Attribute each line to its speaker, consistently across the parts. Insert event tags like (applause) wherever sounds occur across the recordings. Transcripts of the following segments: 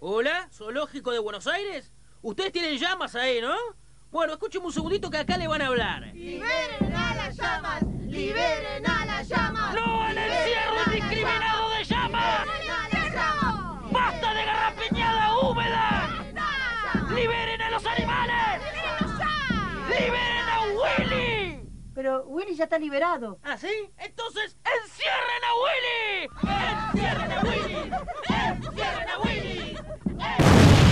Speaker 1: Hola, zoológico de Buenos Aires. Ustedes tienen llamas ahí, ¿no? Bueno, escúcheme un segundito que acá le van a hablar.
Speaker 2: ¡Liberen a las llamas! ¡Liberen a las llamas!
Speaker 1: ¡No al
Speaker 2: ¡Liberen
Speaker 1: encierro
Speaker 2: a las
Speaker 1: indiscriminado de llamas!
Speaker 2: ¡Liberen a las llamas!
Speaker 1: ¡Basta de garrapiñada húmeda! ¡Liberen a los animales! ¡Liberen a Willy!
Speaker 3: Pero Willy ya está liberado.
Speaker 1: ¿Ah, sí? Entonces, ¡encierren a Willy! ¡Encierren a Willy! ¡Encierren a Willy!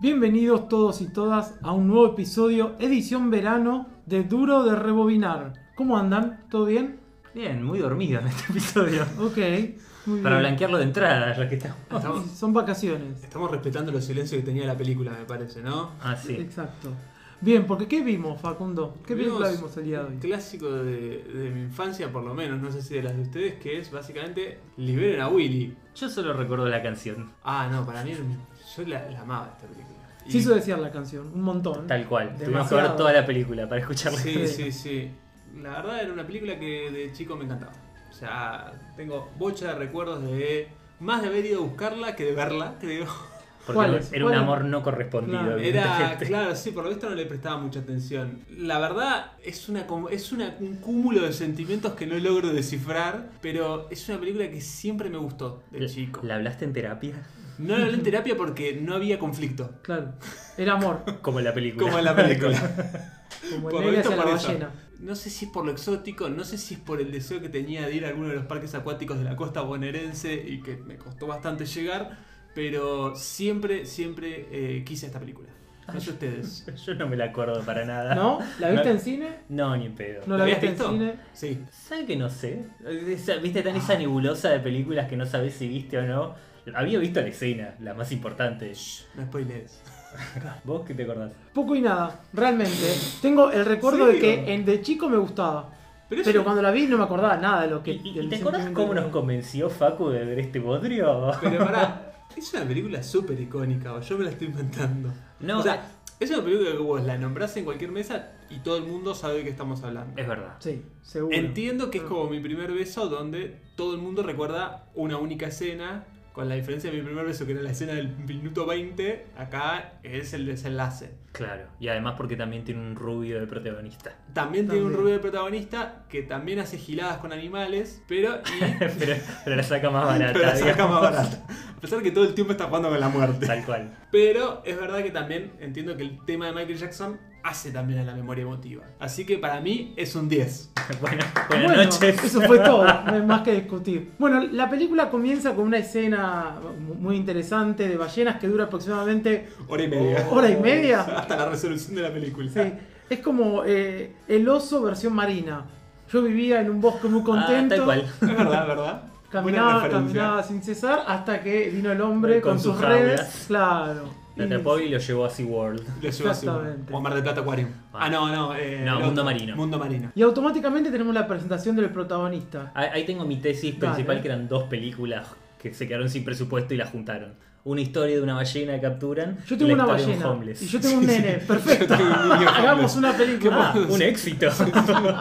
Speaker 4: Bienvenidos todos y todas a un nuevo episodio, edición verano de Duro de Rebobinar. ¿Cómo andan? ¿Todo bien?
Speaker 5: Bien, muy dormida en este episodio.
Speaker 4: Ok. Muy
Speaker 5: Para
Speaker 4: bien.
Speaker 5: blanquearlo de entrada, ya que estamos.
Speaker 6: Estamos,
Speaker 4: Son vacaciones.
Speaker 6: estamos respetando los silencios que tenía la película, me parece, ¿no?
Speaker 5: Ah, sí.
Speaker 4: Exacto. Bien, porque ¿qué vimos, Facundo? ¿Qué película
Speaker 6: Vimos
Speaker 4: vimos el día de
Speaker 6: Un
Speaker 4: hoy?
Speaker 6: clásico de, de mi infancia, por lo menos, no sé si de las de ustedes, que es básicamente Liberen a Willy.
Speaker 5: Yo solo recuerdo la canción,
Speaker 6: Ah, no, para mí era un- yo la, la amaba esta película. Y-
Speaker 4: Se hizo desear la canción, un montón.
Speaker 5: tal cual. Tuvimos que
Speaker 4: Demasiado.
Speaker 5: ver toda la película para escucharla.
Speaker 6: Sí, sí, sí. La verdad era una película que de chico me encantaba. O sea, tengo bocha de recuerdos de más de haber ido a buscarla que de verla, creo.
Speaker 5: Porque
Speaker 4: ¿Cuál es?
Speaker 5: era
Speaker 4: ¿Cuál
Speaker 5: un
Speaker 4: es?
Speaker 5: amor no correspondido.
Speaker 4: Claro,
Speaker 6: Era,
Speaker 5: evidentemente.
Speaker 6: claro, sí, por lo visto no le prestaba mucha atención. La verdad, es, una, com- es una- un cúmulo de sentimientos que no logro descifrar, pero es una película que siempre me gustó de chico.
Speaker 5: ¿La hablaste en terapia?
Speaker 6: No la hablé en terapia porque no había conflicto,
Speaker 4: Claro. Era amor,
Speaker 5: Como en la película.
Speaker 6: como
Speaker 4: (laughs)
Speaker 6: en la película.
Speaker 4: como
Speaker 6: Por
Speaker 4: el
Speaker 6: lo
Speaker 4: negro
Speaker 6: visto,
Speaker 4: hacia la
Speaker 6: por eso.
Speaker 4: ballena.
Speaker 6: No sé si es por lo exótico, no sé si es por el deseo que tenía de ir a alguno de los parques acuáticos de la costa bonaerense y que me costó bastante llegar, pero siempre, siempre eh, quise esta película. No sé ustedes.
Speaker 5: (laughs) Yo no me la acuerdo para nada.
Speaker 4: ¿No? ¿La viste
Speaker 5: (laughs) No.
Speaker 4: en cine?
Speaker 5: No, ni en pedo.
Speaker 4: No la
Speaker 6: habías
Speaker 4: viste en cine.
Speaker 6: Sí.
Speaker 5: ¿Sabes que no sé? Esa- ¿Viste tan esa nebulosa de películas que no sabes si viste o no? Había visto la escena, la más importante.
Speaker 6: No spoilees.
Speaker 5: ¿Vos qué te acordás?
Speaker 4: Poco y nada, realmente. Tengo el recuerdo de
Speaker 6: ¿Serio?
Speaker 4: que en de chico me gustaba.
Speaker 6: Pero, es
Speaker 4: Pero
Speaker 6: un-
Speaker 4: cuando la vi no me acordaba nada de lo que.
Speaker 5: ¿Y, y-
Speaker 4: del
Speaker 5: te acordás
Speaker 4: sentimiento
Speaker 5: cómo
Speaker 4: que-
Speaker 5: nos convenció Facu de ver este bodrio?
Speaker 6: Pero pará, es una película súper icónica, o yo me la estoy inventando.
Speaker 5: No, eh.
Speaker 6: o sea, es una película que vos la nombrás en cualquier mesa y todo el mundo sabe de qué estamos hablando.
Speaker 5: es verdad.
Speaker 4: Sí, seguro.
Speaker 6: Entiendo que es como mi primer beso donde todo el mundo recuerda una única escena, con la diferencia de mi primer beso que era la escena del minuto 20, acá es el desenlace.
Speaker 5: Claro, y además porque también tiene un rubio de protagonista.
Speaker 6: También, tiene un
Speaker 4: También.
Speaker 6: rubio de protagonista que también hace giladas con animales, pero...
Speaker 5: (laughs)
Speaker 6: y-
Speaker 5: pero, pero la saca más barata.
Speaker 6: (laughs) pero la saca
Speaker 5: digamos.
Speaker 6: más barata. A pesar que todo el tiempo está jugando con la muerte.
Speaker 5: Tal cual.
Speaker 6: Pero es verdad que también entiendo que el tema de Michael Jackson hace también a la memoria emotiva. Así que para mí es un 10.
Speaker 5: Bueno, buenas
Speaker 4: Bueno,
Speaker 5: noches. Ah,
Speaker 4: eso fue
Speaker 5: (laughs)
Speaker 4: todo, no hay más que discutir. Bueno, la película comienza con una escena mu- muy interesante de ballenas que dura aproximadamente
Speaker 6: Hora y media.
Speaker 4: Oh. hora y media.
Speaker 6: (laughs) Hasta la resolución de la película.
Speaker 4: Sí, es como eh, el oso versión marina. Yo vivía en un bosque muy
Speaker 5: Ah,
Speaker 4: contento,
Speaker 5: tal cual.
Speaker 6: Es verdad, ¿verdad? Buena
Speaker 4: caminaba,
Speaker 6: referencia.
Speaker 4: caminaba sin cesar hasta que vino el hombre
Speaker 5: Con
Speaker 4: con,
Speaker 5: sus
Speaker 4: sus redes.
Speaker 5: jaulas.
Speaker 4: Claro.
Speaker 5: La
Speaker 4: Y-
Speaker 5: atrapó y lo llevó a SeaWorld.
Speaker 6: Lo llevo así.
Speaker 4: Exactamente.
Speaker 6: O a Mar del Plata Aquarium.
Speaker 5: Ah.
Speaker 6: Ah, no, no. eh,
Speaker 5: No,
Speaker 6: lo-
Speaker 5: Mundo Marino.
Speaker 6: Mundo Marino.
Speaker 4: Y automáticamente tenemos la presentación del protagonista.
Speaker 5: Ahí ahí tengo mi tesis
Speaker 4: Dale.
Speaker 5: principal que eran dos películas que se quedaron sin presupuesto y las juntaron. Una historia de una ballena que capturan.
Speaker 4: Yo
Speaker 5: y
Speaker 4: tengo
Speaker 5: la
Speaker 4: una
Speaker 5: historia de un
Speaker 4: ballena
Speaker 5: homeless.
Speaker 4: y yo tengo un nene. Perfecto. (laughs) Hagamos una película.
Speaker 5: Ah, (laughs) un éxito.
Speaker 4: (laughs)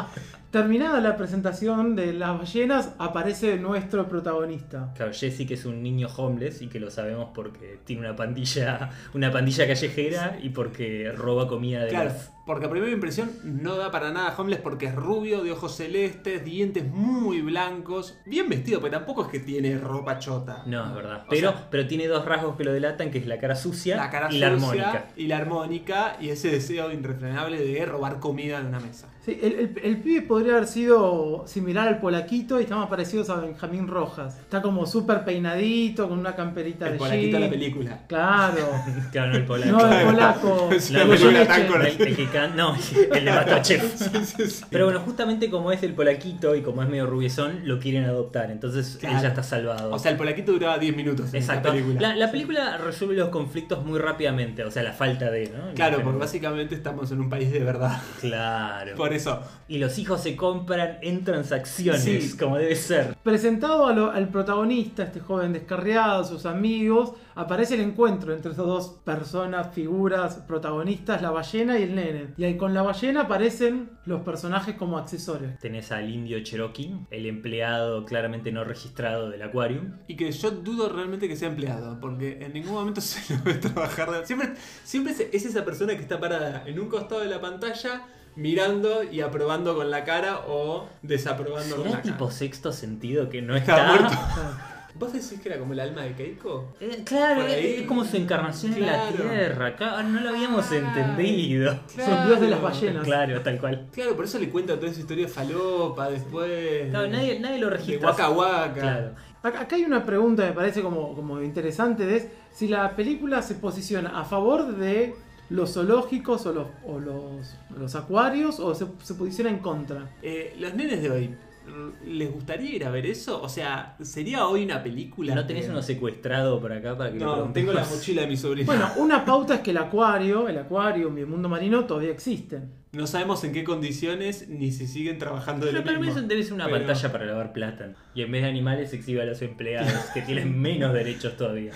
Speaker 4: Terminada la presentación de las ballenas, aparece nuestro protagonista.
Speaker 5: Claro, Jesse que es un niño homeless y que lo sabemos porque tiene una pandilla, (laughs) una pandilla callejera y porque roba comida de
Speaker 6: Claro,
Speaker 5: las-
Speaker 6: porque a primera impresión no da para nada Homeless porque es rubio, de ojos celestes, dientes muy blancos, bien vestido, pero tampoco es que tiene ropa chota.
Speaker 5: No, es verdad.
Speaker 6: O
Speaker 5: Pero,
Speaker 6: sea,
Speaker 5: pero tiene dos rasgos que lo delatan, que es la cara sucia
Speaker 6: la cara
Speaker 5: y la
Speaker 6: sucia
Speaker 5: armónica. (laughs)
Speaker 6: y la armónica y ese deseo irrefrenable de robar comida de una mesa.
Speaker 4: Sí, el, el- el pibe podría haber sido similar al polaquito y estamos parecidos a Benjamín Rojas. Está como súper peinadito, con una camperita
Speaker 6: El
Speaker 4: de
Speaker 6: polaquito de la
Speaker 4: jean.
Speaker 6: película. (laughs)
Speaker 4: Claro.
Speaker 5: Claro, no el polaco.
Speaker 4: No, el polaco.
Speaker 6: Es una
Speaker 4: Lo
Speaker 5: No,
Speaker 6: película
Speaker 4: llené
Speaker 6: tan
Speaker 4: che.
Speaker 6: con-
Speaker 5: el,
Speaker 6: (laughs)
Speaker 5: el que can- no, (laughs) el de Masterchef. Pero bueno, justamente como es el polaquito y como es medio rubiezón, lo quieren adoptar. Entonces
Speaker 6: Claro.
Speaker 5: él ya está salvado.
Speaker 6: O sea, el polaquito duraba 10 minutos en
Speaker 5: Exacto.
Speaker 6: esa película.
Speaker 5: La, la película resuelve los conflictos muy rápidamente, o sea, la falta de, ¿no?
Speaker 6: Claro, porque
Speaker 5: Pero-
Speaker 6: básicamente estamos en un país de verdad. (laughs)
Speaker 5: Claro.
Speaker 6: Por eso,
Speaker 5: Y los hijos se compran en transacciones,
Speaker 6: Sí.
Speaker 5: como debe ser.
Speaker 4: Presentado a lo- al protagonista, este joven descarriado, sus amigos, aparece el encuentro entre esas dos personas, figuras, protagonistas, la ballena y el nene. Y ahí con la ballena aparecen los personajes como accesorios.
Speaker 5: Tenés al indio Cherokee, el empleado claramente no registrado del Aquarium.
Speaker 6: Y que yo dudo realmente que sea empleado, porque en ningún momento (laughs) se lo ve trabajar. de- Siempre, siempre es- es esa persona que está parada en un costado de la pantalla, mirando y aprobando con la cara o desaprobando con
Speaker 5: ¿Será
Speaker 6: la
Speaker 5: tipo
Speaker 6: cara.
Speaker 5: sexto sentido
Speaker 6: (laughs)
Speaker 5: que no
Speaker 6: Está
Speaker 5: está?
Speaker 6: muerto.
Speaker 4: Ah,
Speaker 6: ¿Vos decís que era como el alma de Keiko?
Speaker 5: (laughs) Eh, claro,
Speaker 6: Por ahí.
Speaker 5: es como su encarnación en
Speaker 6: Claro.
Speaker 5: la Tierra. acá no lo habíamos
Speaker 6: Ah.
Speaker 5: entendido.
Speaker 4: Son dios de las ballenas.
Speaker 5: Claro, tal cual.
Speaker 6: Claro, por eso le cuenta toda esa historia de falopa después.
Speaker 5: Claro,
Speaker 6: de-
Speaker 5: nadie, nadie lo registra.
Speaker 6: De Waka Waka.
Speaker 5: Claro.
Speaker 4: Acá acá hay una pregunta que me parece como, como interesante, es si la película se posiciona a favor de los zoológicos o los, o los, los acuarios o se, se posiciona en contra.
Speaker 6: Eh, los nenes de hoy, mm, ¿les gustaría ir a ver eso? O sea, ¿sería hoy una película?
Speaker 5: ¿No tenés
Speaker 6: que-
Speaker 5: uno secuestrado por acá para que lo
Speaker 6: eh. No,
Speaker 5: preguntemos?
Speaker 6: tengo
Speaker 5: (laughs)
Speaker 6: la mochila de mi sobrino.
Speaker 4: Bueno, una pauta es que el acuario, el acuario y el mundo marino todavía existen.
Speaker 6: No sabemos en qué condiciones ni si siguen trabajando de lo
Speaker 5: Pero para mí
Speaker 6: mismo.
Speaker 5: eso debe ser una
Speaker 6: Pero-
Speaker 5: pantalla para lavar plata. Y en vez de animales exhibe a los empleados, que tienen menos derechos todavía.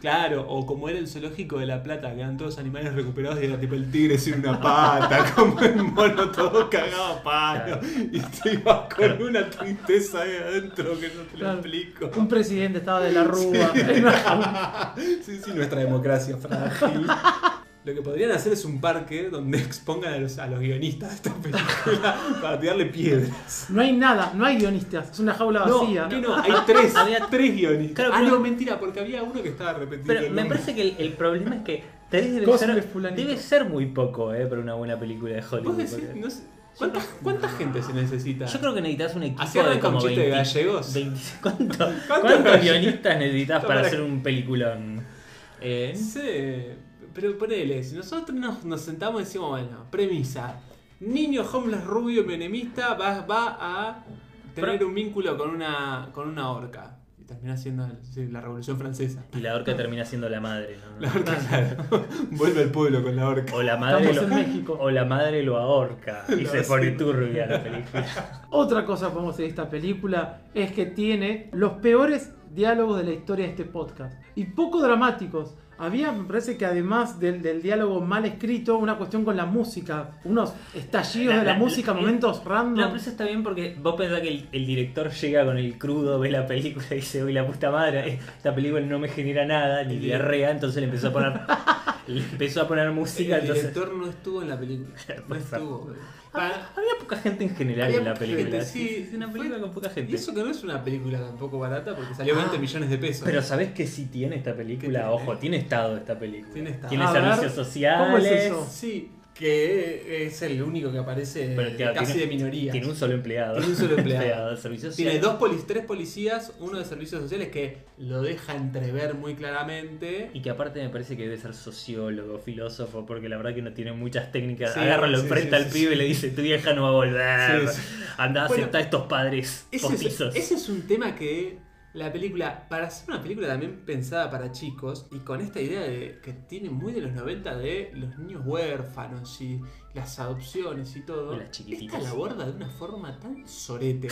Speaker 6: Claro, o como era el zoológico de La Plata, que eran todos animales recuperados y era tipo el tigre sin una pata, (laughs) como el mono todo cagado a palo. Y te iba con una tristeza ahí adentro que no te lo
Speaker 4: Claro.
Speaker 6: explico.
Speaker 4: Un presidente estaba de la rúa. en una jaula.
Speaker 6: (laughs) Sí, sí, nuestra democracia frágil. Lo que podrían hacer es un parque donde expongan a los, a los guionistas de esta (laughs) película para tirarle piedras.
Speaker 4: (laughs) No hay nada, no hay guionistas. Es una jaula
Speaker 6: No,
Speaker 4: vacía.
Speaker 6: que no, hay tres,
Speaker 5: Había-
Speaker 6: tres guionistas.
Speaker 5: Claro,
Speaker 6: ah,
Speaker 5: pero-
Speaker 6: no, mentira, porque había uno que estaba repetido.
Speaker 5: Pero
Speaker 6: el
Speaker 5: me
Speaker 6: nombre.
Speaker 5: parece que el, el problema es que tenés- debe
Speaker 4: Cosme
Speaker 5: ser,
Speaker 4: fulanito.
Speaker 5: debe ser muy poco eh, para una buena película de Hollywood.
Speaker 6: Vos decís,
Speaker 5: porque-
Speaker 6: no sé, ¿cuánta, cuánta gente se necesita?
Speaker 5: Yo creo que necesitas un equipo
Speaker 6: Así
Speaker 5: de
Speaker 6: arranca un
Speaker 5: como
Speaker 6: chiste
Speaker 5: 20,
Speaker 6: de gallegos.
Speaker 5: 20 (laughs) ¿cuánto- ¿Cuántos
Speaker 6: gallegos?
Speaker 5: guionistas necesitas
Speaker 6: No,
Speaker 5: para
Speaker 6: para-
Speaker 5: hacer un peliculón? Eh,
Speaker 6: No sé, pero ponele, si nosotros nos, nos sentamos y decimos, bueno, premisa, niño homeless rubio menemista va, va a tener
Speaker 5: Pero-
Speaker 6: un vínculo con una, con una orca. Y termina siendo el- sí, la
Speaker 5: (laughs)
Speaker 6: Revolución Francesa.
Speaker 5: y la orca termina siendo la madre. ¿no?
Speaker 6: La orca, claro. Vuelve al pueblo con la orca.
Speaker 5: O la madre
Speaker 4: Estamos
Speaker 5: lo,
Speaker 4: en México.
Speaker 5: o la madre lo ahorca y
Speaker 6: (laughs) No,
Speaker 5: se pone
Speaker 6: sí.
Speaker 5: turbia la película.
Speaker 4: Otra cosa famosa de esta película es que tiene los peores diálogos de la historia de este podcast. Y poco dramáticos. Había, me parece que además del, del diálogo mal escrito, una cuestión con la música. Unos estallidos
Speaker 5: La-
Speaker 4: de la,
Speaker 5: la-
Speaker 4: música,
Speaker 5: la-
Speaker 4: momentos
Speaker 5: No,
Speaker 4: random.
Speaker 5: pero eso está bien porque vos pensás que el, el director llega con el crudo, ve la película y dice, uy, la puta madre, eh, esta película no me genera nada, ni
Speaker 6: El-
Speaker 5: diarrea, entonces le empezó a
Speaker 6: (laughs)
Speaker 5: poner, le empezó a poner música,
Speaker 6: El
Speaker 5: entonces...
Speaker 6: director no estuvo en la
Speaker 5: (laughs)
Speaker 6: película. No
Speaker 5: Por favor.
Speaker 6: estuvo. Pa-
Speaker 5: Había poca gente en general
Speaker 6: Había
Speaker 5: en la
Speaker 6: poca
Speaker 5: película.
Speaker 6: gente,
Speaker 5: sí,
Speaker 6: sí.
Speaker 5: sí, Ah, es una película
Speaker 6: Fue-
Speaker 5: con poca
Speaker 6: Y
Speaker 5: gente.
Speaker 6: eso que no es una película tampoco barata porque salió 20 millones de pesos.
Speaker 5: Ah. Pero sabés que sí tiene esta película,
Speaker 6: ¿Qué tiene?
Speaker 5: ojo, tiene estado esta película.
Speaker 6: Tiene estado.
Speaker 5: Tiene
Speaker 4: A ver,
Speaker 5: servicios sociales.
Speaker 4: ¿cómo es eso?
Speaker 6: Sí, que eh, es el único que aparece
Speaker 5: Pero claro,
Speaker 6: Eh, casi
Speaker 5: tiene-
Speaker 6: de minoría.
Speaker 5: Tiene un solo empleado.
Speaker 6: Tiene
Speaker 5: (laughs)
Speaker 6: un solo empleado.
Speaker 5: servicios
Speaker 6: Tiene
Speaker 5: sociales.
Speaker 6: dos poli- tres policías, uno de servicios sociales que lo deja entrever muy claramente.
Speaker 5: Y que aparte me parece que debe ser sociólogo, filósofo, porque la verdad que no tiene muchas técnicas.
Speaker 6: Sí,
Speaker 5: Agarra, lo
Speaker 6: sí,
Speaker 5: enfrenta
Speaker 6: sí,
Speaker 5: al
Speaker 6: sí,
Speaker 5: pibe
Speaker 6: sí.
Speaker 5: y le dice, tu vieja no va a volver.
Speaker 6: Sí,
Speaker 5: Andá a
Speaker 6: Bueno,
Speaker 5: aceptar a estos padres
Speaker 6: Ese es,
Speaker 5: postizos.
Speaker 6: ese es un tema que la película, para ser una película también pensada para chicos, y con esta idea de, que tiene muy de los 90 de los niños huérfanos y las adopciones y todo,
Speaker 5: Y las chiquititas.
Speaker 6: esta la aborda de una forma
Speaker 5: (laughs)
Speaker 6: tan sorete,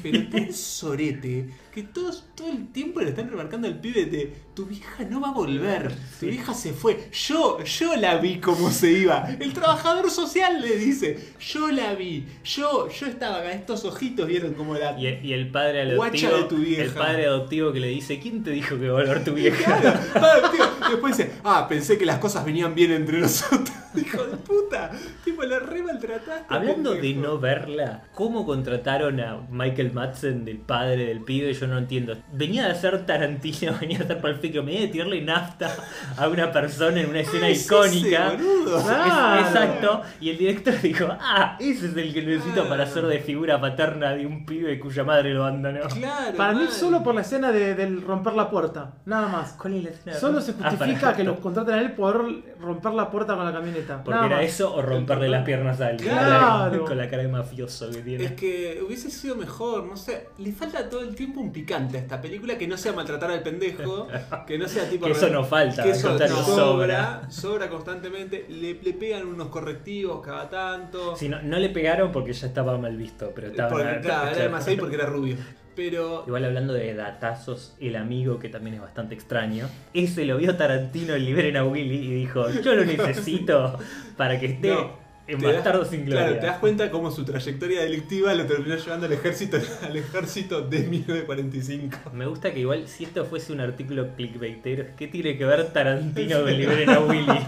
Speaker 6: pero tan sorete, que todos todo el tiempo le están remarcando al pibe de tu vieja no va a volver, tu vieja se fue, yo, yo la vi como se iba, el trabajador social le dice, yo la vi, yo, yo estaba acá, estos ojitos vieron como la...
Speaker 5: Y, y el padre
Speaker 6: Guacha
Speaker 5: adoptivo.
Speaker 6: de tu vieja.
Speaker 5: El padre adoptivo que le dice, ¿quién te dijo que va a volver tu
Speaker 6: (laughs)
Speaker 5: vieja?
Speaker 6: (laughs) Claro, claro, tío. Después dice, ah, pensé que las cosas venían bien entre nosotros. (laughs) Hijo de puta. Tipo, la re maltrataste.
Speaker 5: Hablando de
Speaker 6: pendejo.
Speaker 5: no verla, ¿cómo contrataron a Michael Madsen del padre del pibe? Yo no entiendo. Venía de hacer Tarantino, (laughs) venía de hacer Pulp Fiction, venía de tirarle nafta a una persona en una escena
Speaker 6: Ah, es ese,
Speaker 5: icónica.
Speaker 6: boludo.
Speaker 5: Es-
Speaker 4: Claro.
Speaker 5: exacto. Y el director dijo, ah, ese es el que necesito
Speaker 6: Ah.
Speaker 5: para hacer de figura paterna de un pibe cuya madre lo abandonó.
Speaker 6: Claro.
Speaker 4: Para mí
Speaker 6: man.
Speaker 4: solo por la escena de- del romper la puerta. Nada más.
Speaker 5: ¿Cuál es la escena?
Speaker 4: Solo se
Speaker 5: Ah,
Speaker 4: justifica
Speaker 5: pará.
Speaker 4: que los contraten a él por romper la puerta con la camioneta.
Speaker 5: Porque
Speaker 4: Nada
Speaker 5: era
Speaker 4: más.
Speaker 5: eso o romperle las piernas a alguien.
Speaker 4: Claro.
Speaker 5: (laughs) Con la cara de mafioso que tiene.
Speaker 6: Es que
Speaker 5: (laughs)
Speaker 6: hubiese sido mejor, no sé. Le falta todo el tiempo un picante a esta película que no sea maltratar al pendejo Que no sea tipo.
Speaker 5: Que eso no falta,
Speaker 6: Que
Speaker 5: al
Speaker 6: eso
Speaker 5: contrario,
Speaker 6: sobra. Sobra constantemente. Le, le pegan unos correctivos cada tanto. Eh,
Speaker 5: Si no, no le pegaron porque ya estaba mal visto, pero estaba.
Speaker 6: Porque, claro, era más ahí porque era rubio. Pero
Speaker 5: (laughs) Igual hablando de datazos, el amigo, que también es bastante extraño, ese lo vio Tarantino en Liberen a Willy y dijo, yo lo necesito para que esté
Speaker 6: No,
Speaker 5: en
Speaker 6: te das-
Speaker 5: Bastardo sin Gloria.
Speaker 6: Claro, te das cuenta cómo su trayectoria delictiva lo terminó llevando al ejército, (laughs) al ejército de 1945.
Speaker 5: Me gusta que igual, si esto fuese un artículo clickbaitero, ¿qué tiene que ver Tarantino con Liberen a
Speaker 6: (laughs)
Speaker 5: Willy?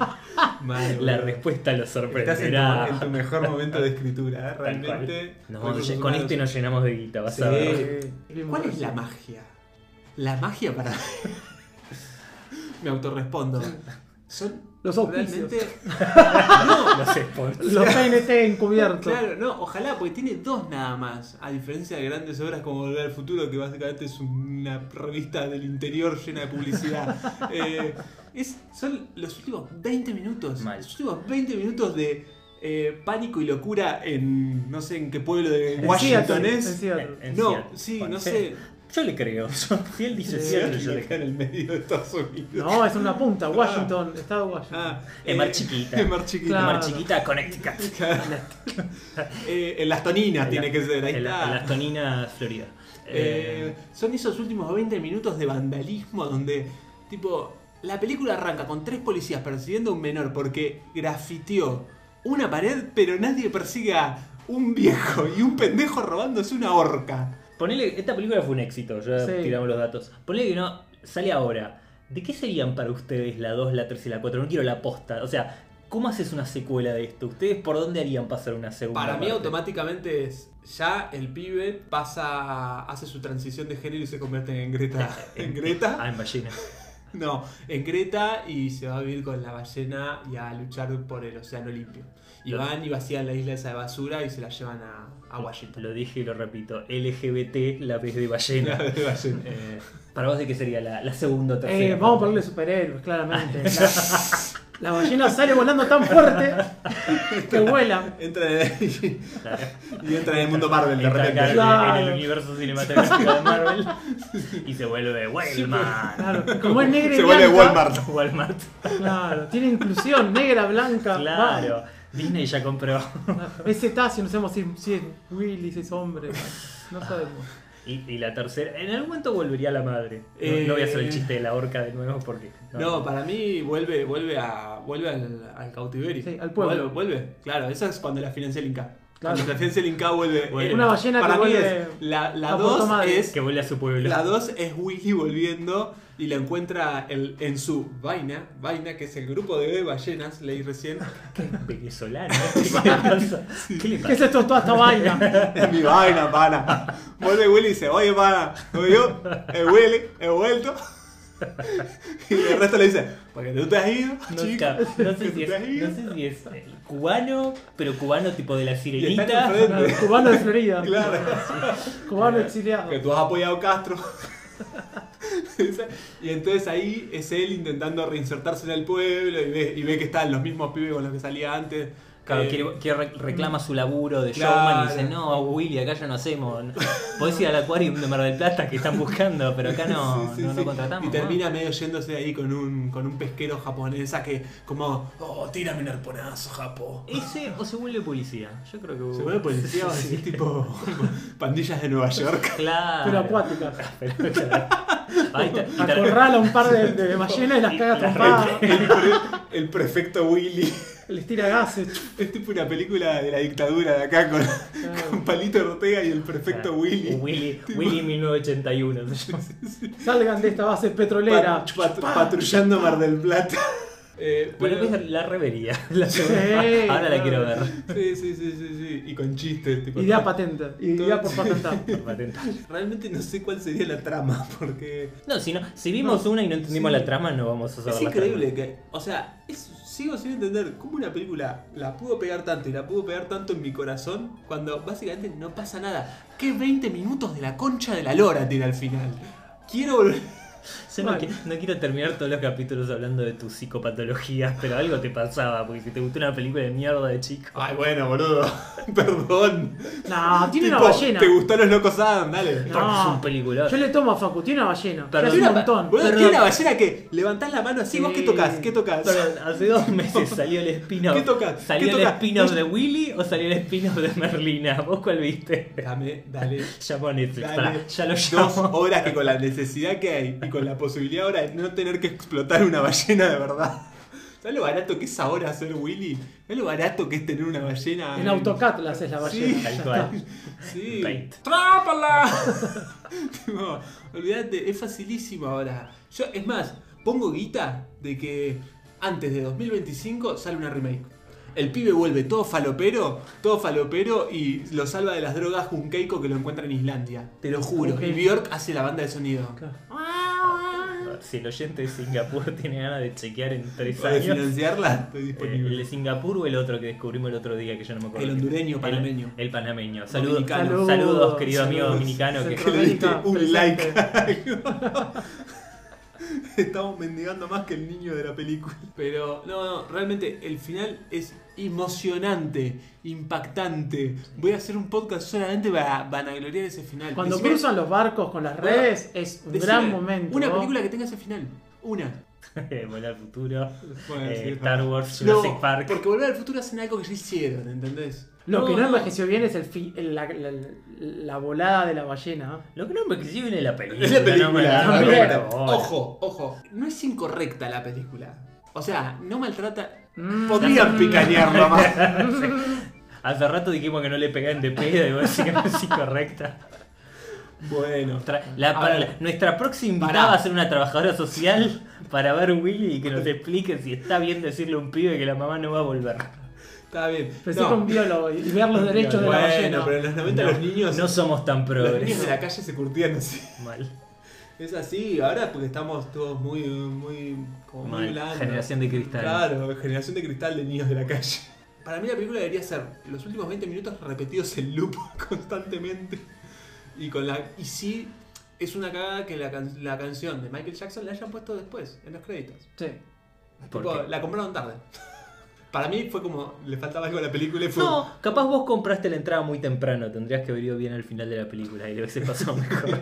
Speaker 6: Mal,
Speaker 5: La
Speaker 6: boludo.
Speaker 5: respuesta lo
Speaker 6: Estás en tu,
Speaker 5: sorprenderá.
Speaker 6: en tu mejor momento de escritura, ¿eh?
Speaker 5: (laughs) Tal cual.
Speaker 6: realmente.
Speaker 5: No,
Speaker 6: recursos
Speaker 5: lle- con
Speaker 6: humanos.
Speaker 5: este nos llenamos de guita, vas
Speaker 6: Sí.
Speaker 5: a ver. (laughs)
Speaker 4: Eh,
Speaker 6: ¿Cuál es la magia? La magia para. (laughs) Me autorrespondo. Son
Speaker 4: Los auspicios.
Speaker 6: (laughs) realmente-
Speaker 5: Los sponsors.
Speaker 4: Los
Speaker 6: (laughs)
Speaker 4: TNT encubiertos.
Speaker 6: Claro, no, ojalá, porque tiene dos nada más. A diferencia de grandes obras como Volver al Futuro, que básicamente es una revista del interior llena de publicidad. (laughs) Eh, es, son los últimos 20 minutos.
Speaker 5: Mal.
Speaker 6: Los últimos 20 minutos de eh, pánico y locura en no sé en qué pueblo de
Speaker 4: En
Speaker 6: Washington
Speaker 4: Seattle,
Speaker 6: es.
Speaker 4: en Seattle.
Speaker 5: En
Speaker 6: No,
Speaker 5: Seattle.
Speaker 6: sí,
Speaker 5: Bueno,
Speaker 6: no
Speaker 5: sí.
Speaker 6: sé.
Speaker 5: Yo le creo. (laughs) Yo- Si él dice cierto, yo le
Speaker 6: acá en
Speaker 5: creo.
Speaker 6: el medio de Estados Unidos.
Speaker 4: No, es una punta. Washington, estado de Washington.
Speaker 6: Ah,
Speaker 5: Es más chiquita.
Speaker 6: Es más chiquita.
Speaker 4: Claro.
Speaker 5: Mar chiquita, Connecticut.
Speaker 6: Eh, en las toninas tiene que ser. Ahí
Speaker 5: En la-
Speaker 6: está.
Speaker 5: en las toninas Florida. Ah.
Speaker 6: Eh,
Speaker 5: Eh,
Speaker 6: son esos últimos 20 minutos de vandalismo donde, tipo, la película arranca con tres policías persiguiendo a un menor porque grafiteó una pared, pero nadie persigue a un viejo y un pendejo robándose una horca.
Speaker 5: ponele, esta película fue un éxito, ya
Speaker 4: Sí.
Speaker 5: tiramos los datos. Ponele que no, sale ahora. ¿De qué serían para ustedes la 2, la 3 y la 4? No quiero la posta. O sea, ¿cómo haces una secuela de esto? ¿Ustedes por dónde harían pasar una segunda?
Speaker 6: Para mí
Speaker 5: parte?
Speaker 6: automáticamente es, ya el pibe pasa, hace su transición de género y se convierte en
Speaker 5: (laughs)
Speaker 6: Greta. en Greta.
Speaker 5: Ah, en ballena.
Speaker 6: No, en Creta y se va a vivir con la ballena y a luchar por el océano limpio. Y
Speaker 5: Lo-
Speaker 6: van y vacían la isla esa de basura y se la llevan a, a Washington.
Speaker 5: Lo dije y lo repito. LGBT, la vez de
Speaker 4: (laughs)
Speaker 5: ballena.
Speaker 6: (laughs) La de ballena.
Speaker 5: Eh, ¿Para vos de qué sería la, la segunda o
Speaker 4: Eh,
Speaker 5: tercera?
Speaker 4: vamos a ponerle superhéroes, claramente. La, la ballena sale volando tan fuerte que vuela.
Speaker 6: Entra en,
Speaker 5: Claro.
Speaker 6: (laughs) y entra en el mundo Marvel de
Speaker 5: Está
Speaker 6: repente.
Speaker 5: acá en
Speaker 4: Claro.
Speaker 5: el universo cinematográfico de
Speaker 6: (laughs)
Speaker 5: Marvel y se vuelve
Speaker 6: pues,
Speaker 5: Wellman.
Speaker 4: Claro, como es negra y
Speaker 6: Se vuelve
Speaker 4: blanca,
Speaker 5: (laughs)
Speaker 6: Walmart.
Speaker 5: Walmart.
Speaker 4: Claro, tiene inclusión, negra, blanca.
Speaker 5: Claro. Disney ya compró. (laughs)
Speaker 4: va. Es cetáceo, no sabemos si, si es Willy, si es hombre. No sabemos.
Speaker 5: Y, y la tercera. En algún momento volvería la madre. No,
Speaker 6: Eh.
Speaker 5: no voy a hacer el chiste de la horca de nuevo porque.
Speaker 6: No, para mí vuelve, vuelve a. vuelve al, al cautiverio.
Speaker 4: Sí, al pueblo.
Speaker 6: Vuelve, vuelve. Claro, esa es cuando la financia el Inca.
Speaker 4: Claro.
Speaker 6: Cuando la financia el Inca vuelve.
Speaker 5: Vuelve.
Speaker 6: eh,
Speaker 4: Una ballena que
Speaker 6: para mí
Speaker 4: vuelve
Speaker 6: es. La, la
Speaker 4: a Puerto
Speaker 6: dos
Speaker 4: Madre.
Speaker 6: es.
Speaker 5: Que vuelve a su pueblo.
Speaker 6: La 2 es Willy volviendo y la encuentra el- en su vaina, vaina que es el grupo de ballenas, leí recién.
Speaker 5: Venezolana. ¿eh? ¿Qué le pasa? ¿Qué le
Speaker 4: ¿Qué
Speaker 5: pasa?
Speaker 4: es esto? Toda esta vaina.
Speaker 6: (laughs) Es mi vaina, pana. Vuelve Willy y dice, oye, pana, soy yo, es Willy, he vuelto. (laughs) Y el resto le dice, porque tú te has ido,
Speaker 5: No,
Speaker 6: chico.
Speaker 5: ca- no sé
Speaker 6: ¿Tú
Speaker 5: si es,
Speaker 6: te has ido?".
Speaker 5: no sé si es eh, cubano, pero cubano tipo de la
Speaker 6: Y está
Speaker 5: sirenita. (laughs)
Speaker 6: enfrente.
Speaker 4: Cubano de Florida.
Speaker 6: (laughs) Claro,
Speaker 4: Cubano exiliado.
Speaker 6: que tú has apoyado a Castro. (laughs) Y entonces ahí es él intentando reinsertarse en el pueblo y ve, y ve que están los mismos pibes con los que salía antes.
Speaker 5: Claro,
Speaker 6: Eh,
Speaker 5: quiere- quiere re- reclama su laburo de
Speaker 6: Claro.
Speaker 5: showman y dice, no, Willy, acá ya no hacemos. Podés ir al acuario de Mar del Plata que están buscando, pero acá no,
Speaker 6: (laughs) Sí, sí,
Speaker 5: no, no
Speaker 6: sí.
Speaker 5: contratamos.
Speaker 6: Y
Speaker 5: ¿no?".
Speaker 6: termina medio yéndose ahí con un, con un pesquero japonés a que como, oh, tírame un arponazo, Japo.
Speaker 5: Ese o se vuelve policía. Yo creo que...
Speaker 6: Se vuelve policía,
Speaker 5: (laughs) Sí, sí.
Speaker 6: así tipo (laughs) pandillas de Nueva York. (laughs)
Speaker 5: Claro.
Speaker 4: Pero
Speaker 5: (laughs)
Speaker 4: acuática.
Speaker 5: Pero, claro. Ahí te- y te-
Speaker 4: Acorrala un par de, de ballenas y las
Speaker 5: Y
Speaker 4: caga
Speaker 5: las
Speaker 4: trompadas.
Speaker 6: El, pre- el prefecto Willy.
Speaker 4: Les tira gases.
Speaker 6: Es tipo una película de la dictadura de acá con, con Palito Ortega y el prefecto
Speaker 5: Claro.
Speaker 6: Willy.
Speaker 5: Willy, Willy 1981. se llama.
Speaker 4: Salgan de esta base petrolera.
Speaker 6: Pat- pat- patrullando Mar del Plata. Eh,
Speaker 5: (laughs) Bueno,
Speaker 6: pero-
Speaker 5: es la revería. (laughs) La
Speaker 4: Sí,
Speaker 5: Ahora la
Speaker 4: claro.
Speaker 5: quiero ver.
Speaker 6: sí, sí, sí, sí, sí. Y con chistes. tipo-
Speaker 4: Idea patente. Idea por patentar.
Speaker 6: (laughs)
Speaker 5: Patenta.
Speaker 6: Realmente no sé cuál sería la trama, (laughs) porque
Speaker 5: No, si, no, si vimos una y no entendimos
Speaker 6: Sí.
Speaker 5: la trama, no vamos a saber
Speaker 6: es
Speaker 5: la
Speaker 6: increíble que, o sea, es- sigo sin entender cómo una película la pudo pegar tanto y la pudo pegar tanto en mi corazón cuando básicamente no pasa nada. ¿Qué 20 minutos de la concha de la lora tiene al final? Quiero volver.
Speaker 5: Yo no,
Speaker 4: Bueno.
Speaker 5: qui- no quiero terminar todos los capítulos hablando de tus psicopatologías, pero algo te pasaba, porque si te gustó una película de mierda de chico.
Speaker 6: Ay, bueno, boludo. (laughs) Perdón.
Speaker 4: No, tiene
Speaker 6: Tipo,
Speaker 4: una ballena.
Speaker 6: Te gustó los locos Adam, dale.
Speaker 5: Es un
Speaker 4: No,
Speaker 5: peliculón.
Speaker 4: yo le tomo a Facu, tiene una ballena. Ya
Speaker 5: Perdón.
Speaker 4: es un montón.
Speaker 6: Boludo,
Speaker 5: Perdón.
Speaker 6: tiene una ballena que levantás la mano así,
Speaker 4: Sí.
Speaker 6: vos qué tocas, qué tocas.
Speaker 5: Perdón, hace dos meses salió el spin-off.
Speaker 6: ¿Qué toca?
Speaker 5: ¿Salió
Speaker 6: ¿Qué
Speaker 5: el
Speaker 6: toca?
Speaker 5: spin-off
Speaker 6: No- (laughs)
Speaker 5: de Willy o salió el spin-off de Merlina? ¿Vos cuál viste? (laughs)
Speaker 6: Dame, dale.
Speaker 5: Llamo a Netflix,
Speaker 6: Dale.
Speaker 5: pará, ya lo
Speaker 6: Dos
Speaker 5: llamo.
Speaker 6: horas que con la necesidad que hay y con la posibilidad ahora de no tener que explotar una ballena de verdad. ¿Sabes lo barato que es ahora hacer Willy? ¿Sabes lo barato que es tener una ballena?
Speaker 4: En AutoCAD la haces la ballena.
Speaker 6: Sí.
Speaker 4: ya
Speaker 5: Tal
Speaker 4: está.
Speaker 5: cual.
Speaker 6: Sí.
Speaker 5: Paint.
Speaker 6: ¡Trápala! (laughs) Tipo, olvídate, es facilísimo ahora. Yo, es más, pongo guita de que antes de 2025 sale una remake. El pibe vuelve todo falopero, todo falopero y lo salva de las drogas Junkeiko que lo encuentra en Islandia. Te lo juro.
Speaker 4: Ok.
Speaker 6: Y Bjork hace la banda de sonido.
Speaker 4: Claro.
Speaker 5: Si el oyente de Singapur (laughs) tiene ganas de chequear en tres
Speaker 6: ¿Puedes
Speaker 5: años.
Speaker 6: financiarla? Estoy
Speaker 5: eh, el de
Speaker 6: disponible.
Speaker 5: Singapur o el otro que descubrimos el otro día que yo no me acuerdo.
Speaker 6: El hondureño,
Speaker 5: El-
Speaker 6: panameño.
Speaker 5: El, panameño. Saludos,
Speaker 6: Dominicano.
Speaker 5: saludos, querido amigo
Speaker 6: Saludos.
Speaker 5: dominicano. Que,
Speaker 6: Que le diste
Speaker 4: Centroamérica
Speaker 6: un like.
Speaker 4: presente.
Speaker 6: (laughs) Estamos mendigando más que el niño de la película. Pero no, no, realmente el final es emocionante, impactante. Voy a hacer un podcast solamente para vanagloriar ese final. (laughs)
Speaker 4: Cuando
Speaker 6: Decime-
Speaker 4: cruzan los barcos con las
Speaker 6: Bueno,
Speaker 4: redes es un
Speaker 6: decime
Speaker 4: gran momento.
Speaker 6: Una
Speaker 4: ¿no?
Speaker 6: película que tenga ese final. Una.
Speaker 5: Volver al futuro.
Speaker 6: Bueno,
Speaker 5: eh,
Speaker 6: sí,
Speaker 5: Star Wars,
Speaker 6: No,
Speaker 5: Jurassic Park.
Speaker 6: porque Volver al Futuro hacen algo que ya hicieron, ¿entendés?
Speaker 4: Lo que no,
Speaker 6: no.
Speaker 4: envejeció bien es el fi- el- la, la- la volada de la ballena. ¿eh?
Speaker 5: Lo que no me escriben es la película.
Speaker 6: Es la película.
Speaker 5: No, me-
Speaker 4: no,
Speaker 5: me-
Speaker 4: no,
Speaker 5: me-
Speaker 6: Ojo, ojo. No es incorrecta la película. O sea, no maltrata.
Speaker 4: Mm.
Speaker 6: Podrían picanearla más.
Speaker 5: Hace rato dijimos que no le pegan de pedo y vos decís que no es incorrecta.
Speaker 6: Bueno.
Speaker 5: Tra- la-
Speaker 6: A ver.
Speaker 5: la- nuestra próxima
Speaker 6: Pará.
Speaker 5: invitada va a ser una trabajadora social para ver Willy y que nos explique si está bien decirle a un pibe que la mamá no va a volver.
Speaker 6: Está bien.
Speaker 4: Pensé
Speaker 6: No.
Speaker 4: que un biólogo y ver los derechos de la
Speaker 6: bueno,
Speaker 4: ballena.
Speaker 6: pero en los 90 los niños.
Speaker 5: No somos tan
Speaker 6: los niños de
Speaker 5: progres.
Speaker 6: la calle se curtían así.
Speaker 5: Mal.
Speaker 6: Es así, ahora porque estamos todos muy. muy. como muy
Speaker 5: Mal.
Speaker 6: blandos.
Speaker 5: Generación de cristal.
Speaker 6: Claro, generación de cristal de niños de la calle. Para mí la película debería ser los últimos 20 minutos repetidos en loop (laughs) constantemente. Y con la. Y sí, es una cagada que la, can- la canción de Michael Jackson la hayan puesto después, en los créditos.
Speaker 4: Sí.
Speaker 5: ¿Por
Speaker 6: Tipo,
Speaker 5: qué?
Speaker 6: la compraron tarde. (laughs) Para mí fue como. le faltaba algo a la película y fue.
Speaker 5: No, capaz vos compraste la entrada muy temprano, tendrías que haber ido bien al final de la película y lo hubiese pasado
Speaker 6: (laughs)
Speaker 5: mejor.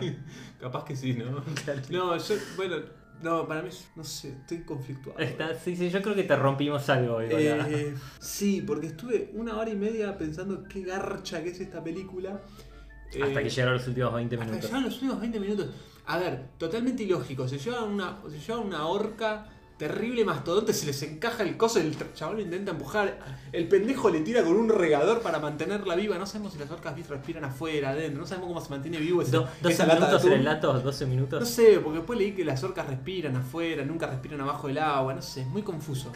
Speaker 6: Capaz que sí, ¿no?
Speaker 5: (laughs) Claro.
Speaker 6: No, yo, bueno, no, para mí, no sé, estoy conflictuado.
Speaker 5: Está- sí, sí, yo creo que te rompimos algo hoy, ¿verdad?
Speaker 6: Eh, (laughs) sí, porque estuve una hora y media pensando qué garcha que es esta película.
Speaker 5: Hasta
Speaker 6: Eh,
Speaker 5: que llegaron los últimos 20
Speaker 6: hasta que
Speaker 5: minutos.
Speaker 6: llegaron los últimos 20 minutos. A ver, totalmente ilógico. Se llevan una, se llevan una orca terrible mastodonte, se les encaja el coso, el tra- chabón lo intenta empujar, el pendejo le tira con un regador para mantenerla viva. No sabemos si las orcas respiran afuera, adentro, no sabemos cómo se mantiene vivo ese,
Speaker 5: Do- 12
Speaker 6: esa lata de
Speaker 5: minutos
Speaker 6: atún.
Speaker 5: el relato, 12 minutos.
Speaker 6: No sé, porque después leí que las orcas respiran afuera, nunca respiran abajo del agua, no sé, es muy confuso.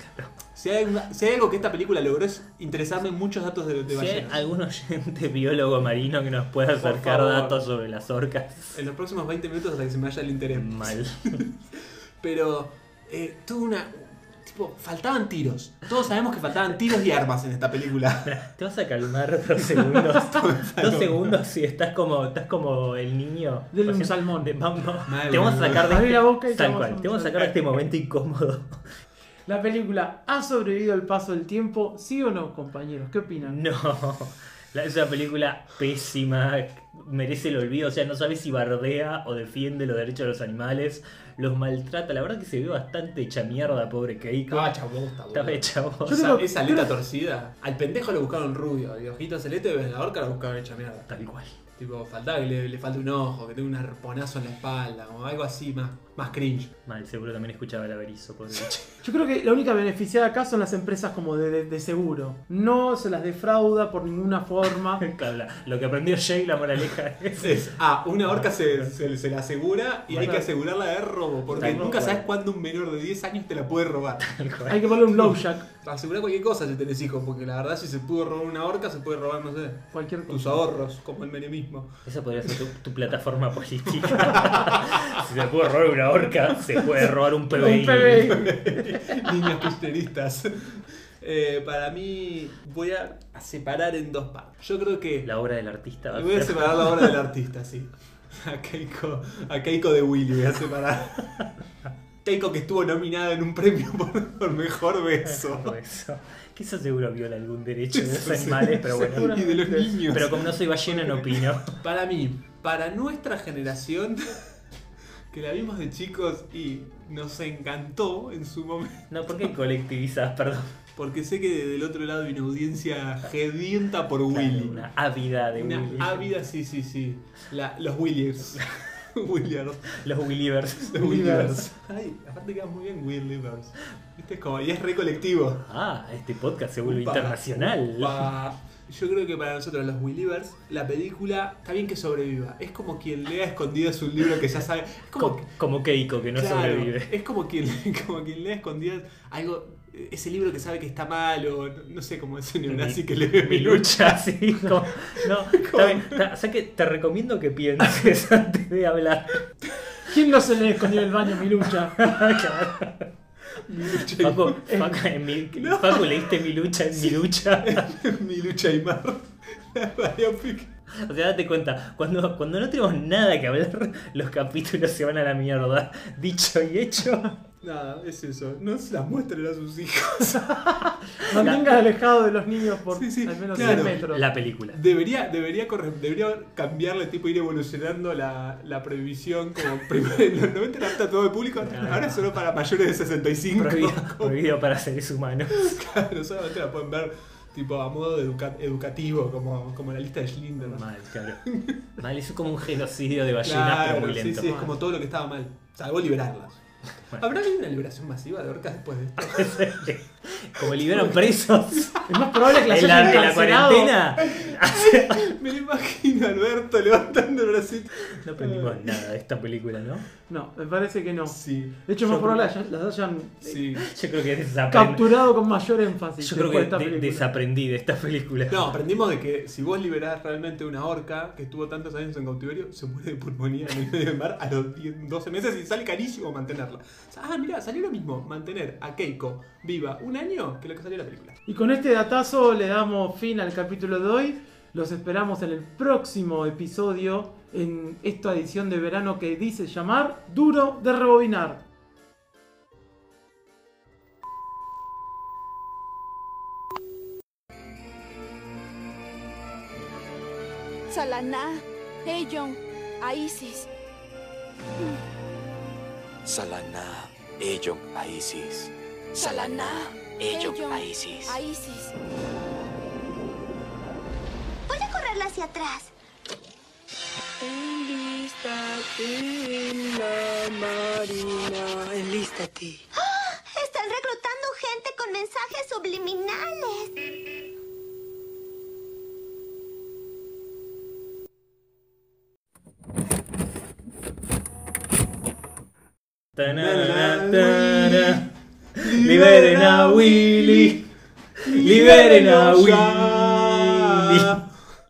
Speaker 6: Si, hay una- si hay algo que esta película logró es interesarme en muchos datos de, de
Speaker 5: Si hay
Speaker 6: ballenas.
Speaker 5: algún oyente biólogo marino que nos pueda
Speaker 6: Por
Speaker 5: acercar
Speaker 6: favor.
Speaker 5: datos sobre las orcas,
Speaker 6: En los próximos 20 minutos hasta que se me vaya el interés.
Speaker 5: mal.
Speaker 6: Pero eh, tuve una... Tipo, faltaban tiros. Todos sabemos que faltaban tiros y armas en
Speaker 5: (laughs)
Speaker 6: esta película.
Speaker 5: (laughs) Te vas a calmar dos segundos. dos segundos si estás como, estás como el niño.
Speaker 4: Dele un
Speaker 5: Haciendo-
Speaker 4: salmón.
Speaker 5: Pues de- vamos-
Speaker 6: Mal,
Speaker 5: te vamos a sacar de
Speaker 4: Abrí
Speaker 5: este,
Speaker 4: la boca y te
Speaker 5: tal
Speaker 4: vamos a
Speaker 5: cual,
Speaker 4: un
Speaker 5: te vamos a sacar de este momento incómodo.
Speaker 4: La película ha sobrevivido al paso del tiempo, ¿sí o no, compañeros? ¿Qué opinan?
Speaker 5: No, la- es una película pésima, merece el olvido, o sea, no sabes si bardea o defiende los derechos de los animales, los maltrata, la verdad que se ve bastante hecha mierda, pobre Keiko.
Speaker 6: chabón,
Speaker 5: Estaba hecha vos.
Speaker 4: Yo
Speaker 6: Esa,
Speaker 4: creo-
Speaker 6: esa aleta torcida. Al pendejo lo buscaron rubio. Y ojito celeste, ves la orca la buscaron hecha mierda.
Speaker 5: Tal cual.
Speaker 6: Tipo, faltaba que le, le falte un ojo, que tenga un arponazo en la espalda, como algo así más, más cringe.
Speaker 5: Mal, seguro también escuchaba el averizo, pobre bicho.
Speaker 4: Yo creo que la única beneficiada acá son las empresas como de, de- de seguro. No se las defrauda por ninguna forma.
Speaker 5: (laughs) Claro, la- lo que aprendió Jay, la moraleja es.
Speaker 6: Es, ah, una horca se, se- se la asegura y hay que asegurarla de robo, porque
Speaker 5: Tal
Speaker 6: nunca
Speaker 5: cual.
Speaker 6: sabes cuándo un menor de 10 años te la puede robar.
Speaker 5: Tal cual.
Speaker 4: Hay que ponerle un low jack,
Speaker 6: Asegura cualquier cosa si tenés hijos, porque la verdad si se pudo robar una horca, se puede robar, no sé,
Speaker 4: cualquier
Speaker 6: tus
Speaker 4: cosa.
Speaker 6: ahorros, como el
Speaker 5: (laughs)
Speaker 6: menemismo.
Speaker 5: Esa podría ser tu, tu plataforma política. (laughs) si se puede robar una orca, se puede robar un PBI.
Speaker 4: Un PBI.
Speaker 6: Niños kirchneristas. Eh, para mí voy a separar en dos partes. Yo creo que...
Speaker 5: La obra del artista va a
Speaker 6: Voy
Speaker 5: (laughs)
Speaker 6: a
Speaker 5: ser-
Speaker 6: separar la obra del artista, sí. A Keiko, a Keiko de Willy voy a separar. Keiko que estuvo nominada en un premio por, por
Speaker 5: (laughs)
Speaker 6: mejor beso.
Speaker 5: Por eso. Que eso seguro viola algún derecho de los
Speaker 6: Eso sí,
Speaker 5: animales, pero bueno.
Speaker 6: Y de los niños.
Speaker 5: Pero como no soy ballena, no opino.
Speaker 6: Para mí, para nuestra generación, que la vimos de chicos y nos encantó en su momento,
Speaker 5: No, ¿por qué colectivizás? Perdón.
Speaker 6: porque sé que del otro lado hay una audiencia gedienta por Willy.
Speaker 5: Una ávida de
Speaker 6: Una
Speaker 5: Willy.
Speaker 6: ávida, sí, sí, sí. La- los
Speaker 5: (laughs)
Speaker 6: Williams. Williams.
Speaker 5: Los Willivers.
Speaker 6: Los Williams. Ay, aparte queda muy bien Williams. Viste, es como, y es re colectivo.
Speaker 5: Ah, este podcast se vuelve
Speaker 6: Upa.
Speaker 5: internacional.
Speaker 6: Pa- Yo creo que para nosotros los Willivers, la película está bien que sobreviva. Es como quien lea escondidas un libro que ya sabe. Es como,
Speaker 5: Co- como Keiko, que no
Speaker 6: claro,
Speaker 5: sobrevive.
Speaker 6: (laughs) Es como quien, como quien lea escondidas algo, ese libro que sabe que está mal o no, no sé cómo ese neonazi que lee
Speaker 5: Mi lucha, (laughs) sí. como- no,
Speaker 6: (laughs) Como-
Speaker 5: está bien, está- o sea que te recomiendo que pienses (laughs) antes de hablar.
Speaker 4: ¿Quién no se le escondió en el baño, mi lucha?
Speaker 6: Mi lucha y-
Speaker 5: Facu, Facu, en mi-
Speaker 6: (laughs) No.
Speaker 5: Facu, leíste mi lucha en mi lucha.
Speaker 6: (laughs) mi lucha y mar. La biopic.
Speaker 5: O sea, date cuenta, cuando, cuando no tenemos nada que hablar, los capítulos se van a la mierda. Dicho y hecho,
Speaker 6: Nada, es eso. No se las muestren a sus hijos.
Speaker 4: Mantengas alejado de los niños por
Speaker 6: Sí, sí,
Speaker 4: al menos
Speaker 6: claro.
Speaker 4: 100 metros.
Speaker 5: la
Speaker 6: (laughs)
Speaker 5: película.
Speaker 6: Debería, debería, corre- debería cambiarle, tipo ir evolucionando la, la
Speaker 5: (laughs)
Speaker 6: prohibición. Como primero en los 90 era apta a todo el público, ahora es solo para mayores de 65. (laughs)
Speaker 5: Prohibido, prohibido para seres humanos.
Speaker 6: Claro, solamente la pueden ver tipo a modo educa- educativo, como, como la lista de Schindler.
Speaker 5: Mal, claro. Mal, eso es como un genocidio de ballenas,
Speaker 6: Claro,
Speaker 5: pero muy
Speaker 6: sí,
Speaker 5: lento.
Speaker 6: sí, es como todo lo que estaba mal, salvo liberarlas. ¿Habrá habido una liberación masiva de orcas después de esto? (laughs)
Speaker 5: como liberan presos.
Speaker 4: Es más probable que la
Speaker 5: En
Speaker 4: hayan
Speaker 5: la, en la
Speaker 4: encarcelado.
Speaker 5: cuarentena
Speaker 6: Me lo imagino a Alberto levantando el bracito.
Speaker 5: no aprendimos nada de esta película, ¿no?
Speaker 4: No, me parece que no.
Speaker 6: Sí.
Speaker 4: De hecho, es
Speaker 6: Yo
Speaker 4: más probable
Speaker 6: creo-
Speaker 4: que las hayan
Speaker 6: Sí.
Speaker 5: Yo creo que desaprendí.
Speaker 4: capturado con mayor énfasis.
Speaker 5: Yo creo que
Speaker 4: después de esta
Speaker 5: de-
Speaker 4: película.
Speaker 5: desaprendí de esta
Speaker 6: (laughs)
Speaker 5: película.
Speaker 6: No, aprendimos de que si vos liberás realmente una orca que estuvo tantos años en cautiverio, se muere de pulmonía en el medio del mar a los 10, 12 meses y sale carísimo mantenerla. O sea, ah, mira, salió lo mismo, mantener a Keiko viva un año que lo que salió la película.
Speaker 4: Y con este datazo le damos fin al capítulo de hoy. Los esperamos en el próximo episodio en esta edición de verano que dice llamar Duro de Rebobinar.
Speaker 2: Salaná, Eyon, a Isis.
Speaker 7: Salana, Eyong Aisis.
Speaker 2: Salana,
Speaker 7: Eyong
Speaker 2: Eyong
Speaker 7: Aisis.
Speaker 2: A Isis.
Speaker 8: Voy a correrla hacia atrás. ¡Ah! Están reclutando gente con mensajes subliminales.
Speaker 5: Tanana, tana. Liberen a Willy. Liberen a Willy.